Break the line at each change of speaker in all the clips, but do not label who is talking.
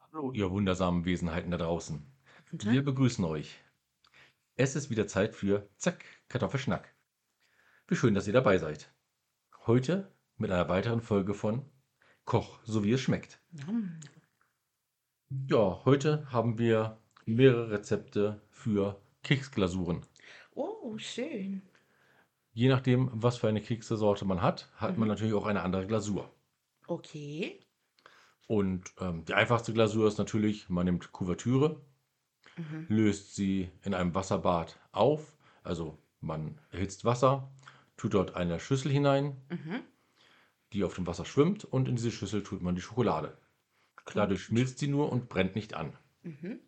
Hallo, ihr wundersamen Wesenheiten da draußen. Wir begrüßen euch. Es ist wieder Zeit für Zack, Kartoffelschnack. Wie schön, dass ihr dabei seid. Heute mit einer weiteren Folge von Koch, so wie es schmeckt.
Nom.
Ja, heute haben wir mehrere Rezepte für Keksglasuren.
Oh, schön.
Je nachdem, was für eine Keksesorte man hat, hat man
Mhm.
natürlich auch eine andere Glasur.
Okay.
Und ähm, die einfachste Glasur ist natürlich, man nimmt Kuvertüre,
Mhm.
löst sie in einem Wasserbad auf. Also man erhitzt Wasser, tut dort eine Schüssel hinein,
Mhm.
die auf dem Wasser schwimmt und in diese Schüssel tut man die Schokolade. Dadurch schmilzt sie nur und brennt nicht an.
Mhm.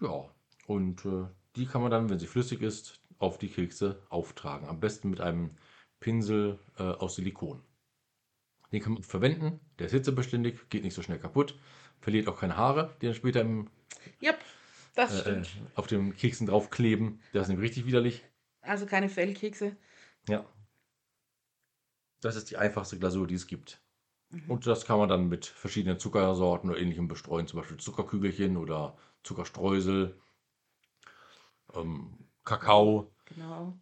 Ja, und äh, die kann man dann, wenn sie flüssig ist, auf die Kekse auftragen. Am besten mit einem Pinsel äh, aus Silikon. Den kann man verwenden, der ist hitzebeständig, geht nicht so schnell kaputt, verliert auch keine Haare, die dann später im,
Yep, das
äh, äh,
stimmt.
auf den Keksen draufkleben. Der ist nämlich richtig widerlich.
Also keine Fellkekse.
Ja. Das ist die einfachste Glasur, die es gibt.
Mhm.
Und das kann man dann mit verschiedenen Zuckersorten oder ähnlichem bestreuen, zum Beispiel Zuckerkügelchen oder Zuckerstreusel, ähm, Kakao.
Genau.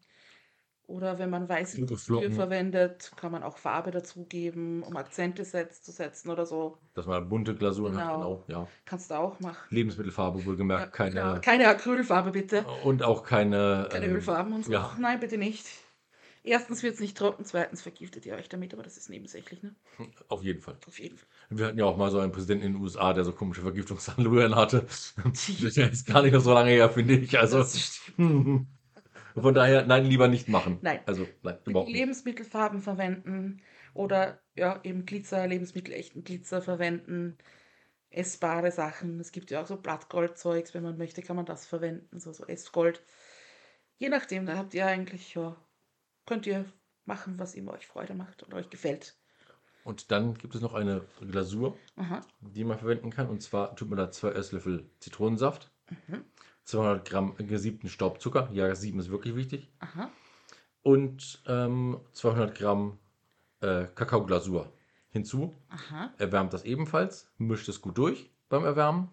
Oder wenn man weiße Papier
Flocken.
verwendet, kann man auch Farbe dazugeben, um Akzente setz- zu setzen oder so.
dass man bunte Glasuren hat.
Genau.
Genau, ja.
Kannst du auch machen.
Lebensmittelfarbe wohlgemerkt,
Genau.
keine
Keine Acrylfarbe, bitte.
und auch keine,
genau. Keine
ähm,
Ölfarben und so.
ja.
Nein, bitte nicht. Erstens wird es nicht trocken, zweitens vergiftet ihr euch damit, aber das ist nebensächlich, ne?
auf jeden Fall.
Auf jeden Fall.
Wir hatten ja auch mal so einen Präsidenten in den USA, der so komische Vergiftungshandlungen hatte. Das ist gar nicht mehr so lange her, finde ich. Also
Das stimmt.
von daher, nein, lieber nicht machen.
Nein.
Also, nein, überhaupt nicht.
Lebensmittelfarben verwenden oder ja, eben Glitzer, Lebensmittel echten Glitzer verwenden, essbare Sachen. Es gibt ja auch so Blattgoldzeugs, wenn man möchte, kann man das verwenden, so, so Essgold. Je nachdem, da habt ihr eigentlich, ja, könnt ihr machen, was immer euch Freude macht und euch gefällt.
Und dann gibt es noch eine Glasur,
Aha.
die man verwenden kann. Und zwar tut man da zwei Esslöffel Zitronensaft,
Mhm.
200 Gramm gesiebten Staubzucker. Ja, sieben ist wirklich wichtig.
Aha.
Und ähm, 200 Gramm äh, Kakaoglasur hinzu.
Aha.
Erwärmt das ebenfalls, mischt es gut durch beim Erwärmen.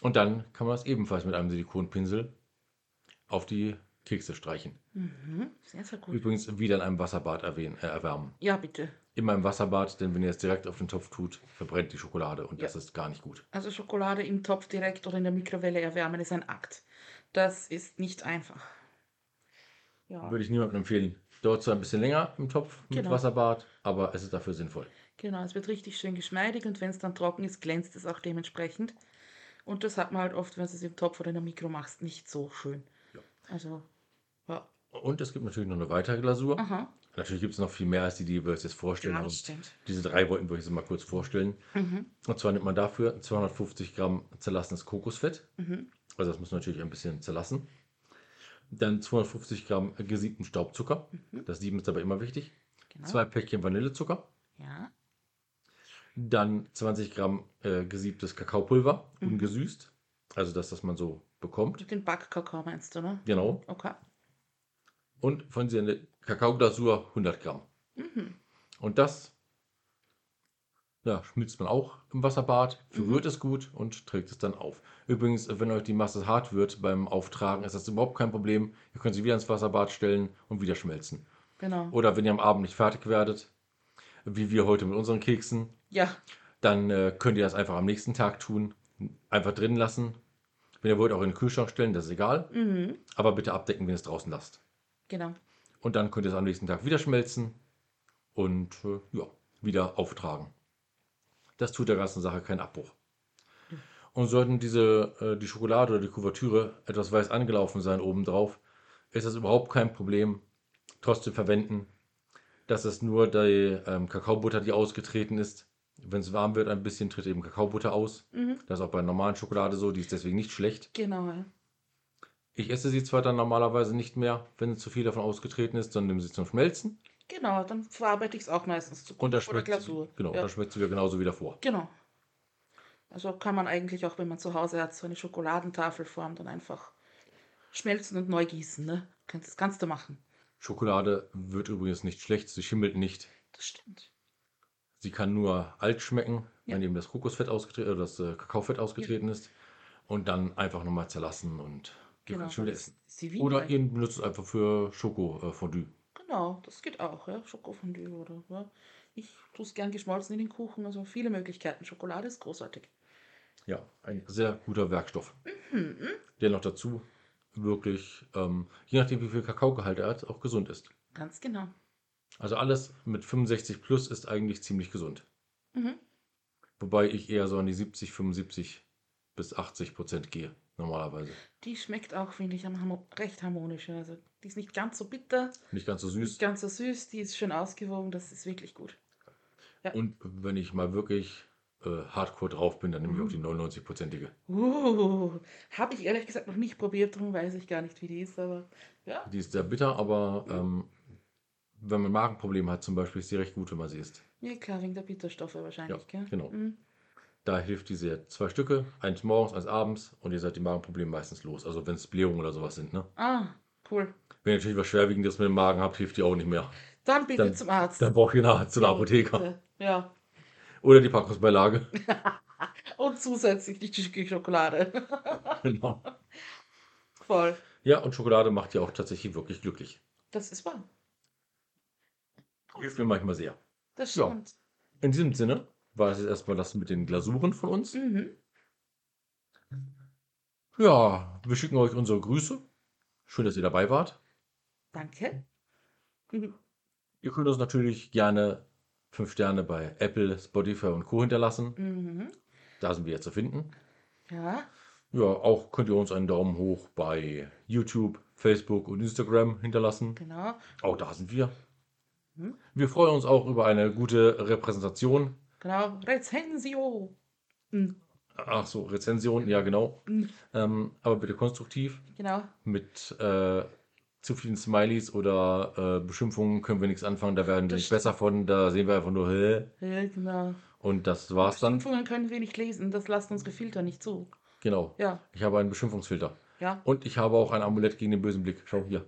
Und dann kann man das ebenfalls mit einem Silikonpinsel auf die Kekse streichen.
Mhm. Sehr, sehr gut.
Übrigens wieder in einem Wasserbad erwähnen, äh, erwärmen.
Ja, bitte.
immer im Wasserbad, denn wenn ihr es direkt auf den Topf tut, verbrennt die Schokolade und
Ja.
das ist gar nicht gut.
Also Schokolade im Topf direkt oder in der Mikrowelle erwärmen ist ein Akt. Das ist nicht einfach. Ja.
Würde ich niemandem empfehlen. Dauert zwar ein bisschen länger im Topf mit
Genau.
Wasserbad, aber es ist dafür sinnvoll.
Genau, es wird richtig schön geschmeidig und wenn es dann trocken ist, glänzt es auch dementsprechend. Und das hat man halt oft, wenn du es im Topf oder in der Mikro machst, nicht so schön.
Ja.
Also, ja.
Und es gibt natürlich noch eine weitere Glasur.
Aha,
Natürlich gibt es noch viel mehr als die, die wir uns jetzt vorstellen.
ja,
aber
das stimmt.
diese drei wollten wir euch jetzt mal kurz vorstellen.
Mhm,
Und zwar nimmt man dafür 250 Gramm zerlassenes Kokosfett.
mhm,
Also das muss man natürlich ein bisschen zerlassen. Dann 250 Gramm gesiebten Staubzucker.
mhm,
Das Sieben ist dabei immer wichtig.
genau.
Zwei Päckchen Vanillezucker.
Ja,
Dann 20 Gramm äh, gesiebtes Kakaopulver,
Mhm.
ungesüßt. Also das, das man so bekommt.
und den Backkakao meinst du, ne?
Genau.
Okay.
Und von dieser Kakaoglasur 100 Gramm.
Mhm.
Und das ja, schmilzt man auch im Wasserbad, verrührt es gut und trägt es dann auf. Übrigens, wenn euch die Masse hart wird beim Auftragen, ist das überhaupt kein Problem. Ihr könnt sie wieder ins Wasserbad stellen und wieder schmelzen.
Genau.
Oder wenn ihr am Abend nicht fertig werdet, wie wir heute mit unseren Keksen,
Ja,
dann äh, könnt ihr das einfach am nächsten Tag tun. Einfach drin lassen. Wenn ihr wollt, auch in den Kühlschrank stellen, das ist egal.
mhm.
Aber bitte abdecken, wenn ihr es draußen lasst.
genau.
Und dann könnt ihr es am nächsten Tag wieder schmelzen und äh, ja, wieder auftragen. Das tut der ganzen Sache keinen Abbruch. Und sollten diese, äh, die Schokolade oder die Kuvertüre etwas weiß angelaufen sein obendrauf, ist das überhaupt kein Problem. Trotzdem verwenden. Das ist nur die ähm, Kakaobutter, die ausgetreten ist. Wenn es warm wird, ein bisschen tritt eben Kakaobutter aus.
Mhm.
Das ist auch bei normalen Schokolade so, die ist deswegen nicht schlecht.
Genau, ja.
Ich esse sie zwar dann normalerweise nicht mehr, wenn zu viel davon ausgetreten ist, sondern nehme sie zum Schmelzen
Genau, dann verarbeite ich es auch meistens zu
und da
oder
schmeckt
Glasur.
sie, genau,
ja.
dann schmeckt sie wieder genauso wie davor.
Genau. Also kann man eigentlich auch, wenn man zu Hause hat, so eine Schokoladentafel formt und einfach schmelzen und neu gießen. Ne? Kannst, das kannst du machen.
Schokolade wird übrigens nicht schlecht, sie schimmelt nicht.
Das stimmt.
Sie kann nur alt schmecken,
Ja.
wenn eben das Kokosfett ausgetreten oder das äh, Kakaofett ausgetreten ist. Und dann einfach nochmal zerlassen und ihr könnt schon wieder
Genau. das
essen.
ist die Wiener.
Oder ihr benutzt es einfach für äh, Schoko-Fondue.
Genau, das geht auch, ja. Schokofondue oder ja. Ich tue es gern geschmolzen in den Kuchen, also viele Möglichkeiten. Schokolade ist großartig.
Ja, ein sehr guter Werkstoff.
Hm,
Der noch dazu wirklich, ähm, je nachdem wie viel Kakaogehalt er hat, auch gesund ist.
Ganz genau.
Also alles mit 65 plus ist eigentlich ziemlich gesund.
Mhm.
Wobei ich eher so an die 70, 75 bis 80 Prozent gehe, normalerweise.
Die schmeckt auch, finde ich, am Harmo recht harmonisch. ja. Also die ist nicht ganz so bitter,
Nicht ganz so süß.
nicht ganz so süß, die ist schön ausgewogen, das ist wirklich gut.
Und wenn ich mal wirklich äh, hardcore drauf bin, dann nehme ich auch die 99-prozentige.
Uh, habe ich ehrlich gesagt noch nicht probiert, darum weiß ich gar nicht, wie die ist, aber ja,
Die ist sehr bitter, aber ähm, wenn man Magenprobleme hat zum Beispiel, ist die recht gut, wenn man sie isst.
ja klar, wegen der Bitterstoffe wahrscheinlich,
Ja,
gell?
genau.
Mhm.
Da hilft diese zwei Stücke, eins morgens, eins abends und ihr seid die Magenprobleme meistens los. Also wenn es Blähungen oder sowas sind. Ne?
Ah, cool.
Wenn ihr natürlich was Schwerwiegendes mit dem Magen habt, hilft die auch nicht mehr.
Dann bitte
Dann-
zum Arzt.
Dann braucht ihr nachher zu einer Apotheker.
Bitte. Ja,
Oder die Packungsbeilage.
und zusätzlich die Sch- Schokolade.
genau.
Voll.
Ja, und Schokolade macht ja auch tatsächlich wirklich glücklich.
Das ist wahr.
Hilft mir manchmal sehr.
Das
Ja.
stimmt.
In diesem Sinne war es jetzt erstmal das mit den Glasuren von uns.
Mhm.
Ja, wir schicken euch unsere Grüße. Schön, dass ihr dabei wart.
Danke. Mhm.
Ihr könnt uns natürlich gerne 5 Sterne bei Apple, Spotify und Co. hinterlassen.
Mhm.
Da sind wir ja zu finden.
Ja,
Ja, auch könnt ihr uns einen Daumen hoch bei YouTube, Facebook und Instagram hinterlassen.
genau.
Auch da sind wir.
Mhm.
Wir freuen uns auch über eine gute Repräsentation.
Genau. Rezensio. Mhm.
Ach so, Rezension, ja genau.
Mhm.
Ähm, aber bitte konstruktiv.
Genau.
Mit äh, zu vielen Smileys oder äh, Beschimpfungen können wir nichts anfangen. Da werden wir
Das
nicht besser von. Da sehen wir einfach nur, hä?
Ja, genau.
Und das war's dann.
Impfungen können wir nicht lesen, das lasst unsere Filter nicht zu.
Genau.
Ja,
Ich habe einen Beschimpfungsfilter.
ja.
Und ich habe auch ein Amulett gegen den bösen Blick. Schau hier.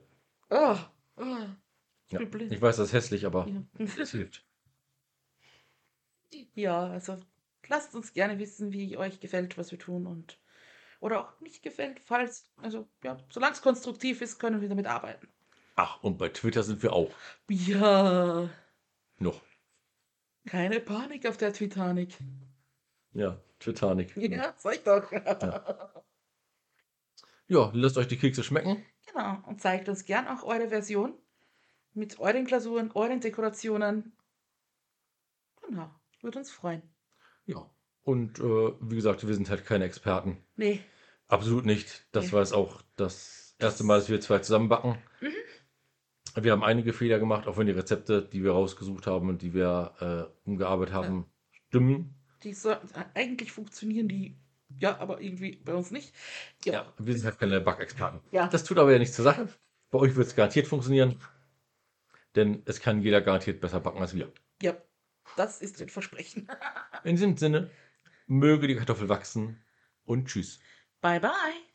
Oh, oh. Ich
Ja.
bin blind.
Ich weiß, das ist hässlich, aber
Ja.
es hilft.
ja, also lasst uns gerne wissen, wie euch gefällt, was wir tun und oder auch nicht gefällt, falls, also ja, solange es konstruktiv ist, können wir damit arbeiten.
Ach, und bei Twitter sind wir auch
Ja,
noch.
keine Panik auf der Titanic.
Ja, Titanic.
Ja, sag ich doch.
Ja, lasst euch die Kekse schmecken.
Genau, und zeigt uns gern auch eure Version mit euren Glasuren, euren Dekorationen. Genau, würde uns freuen.
Ja. Und äh, wie gesagt, wir sind halt keine Experten.
Nee,
Absolut nicht. Das
Nee.
war es auch das erste Mal, dass wir zwei zusammenbacken. Wir haben einige Fehler gemacht, auch wenn die Rezepte, die wir rausgesucht haben und die wir äh, umgearbeitet haben, stimmen.
die so, eigentlich funktionieren die, ja, aber irgendwie bei uns nicht. Ja,
Wir sind halt keine Backexperten.
ja,
Das tut aber ja nichts zur Sache. Bei euch wird es garantiert funktionieren. Denn es kann jeder garantiert besser backen als wir.
ja, das ist ein Versprechen.
In diesem Sinne, möge die Kartoffel wachsen und tschüss.
Bye, bye.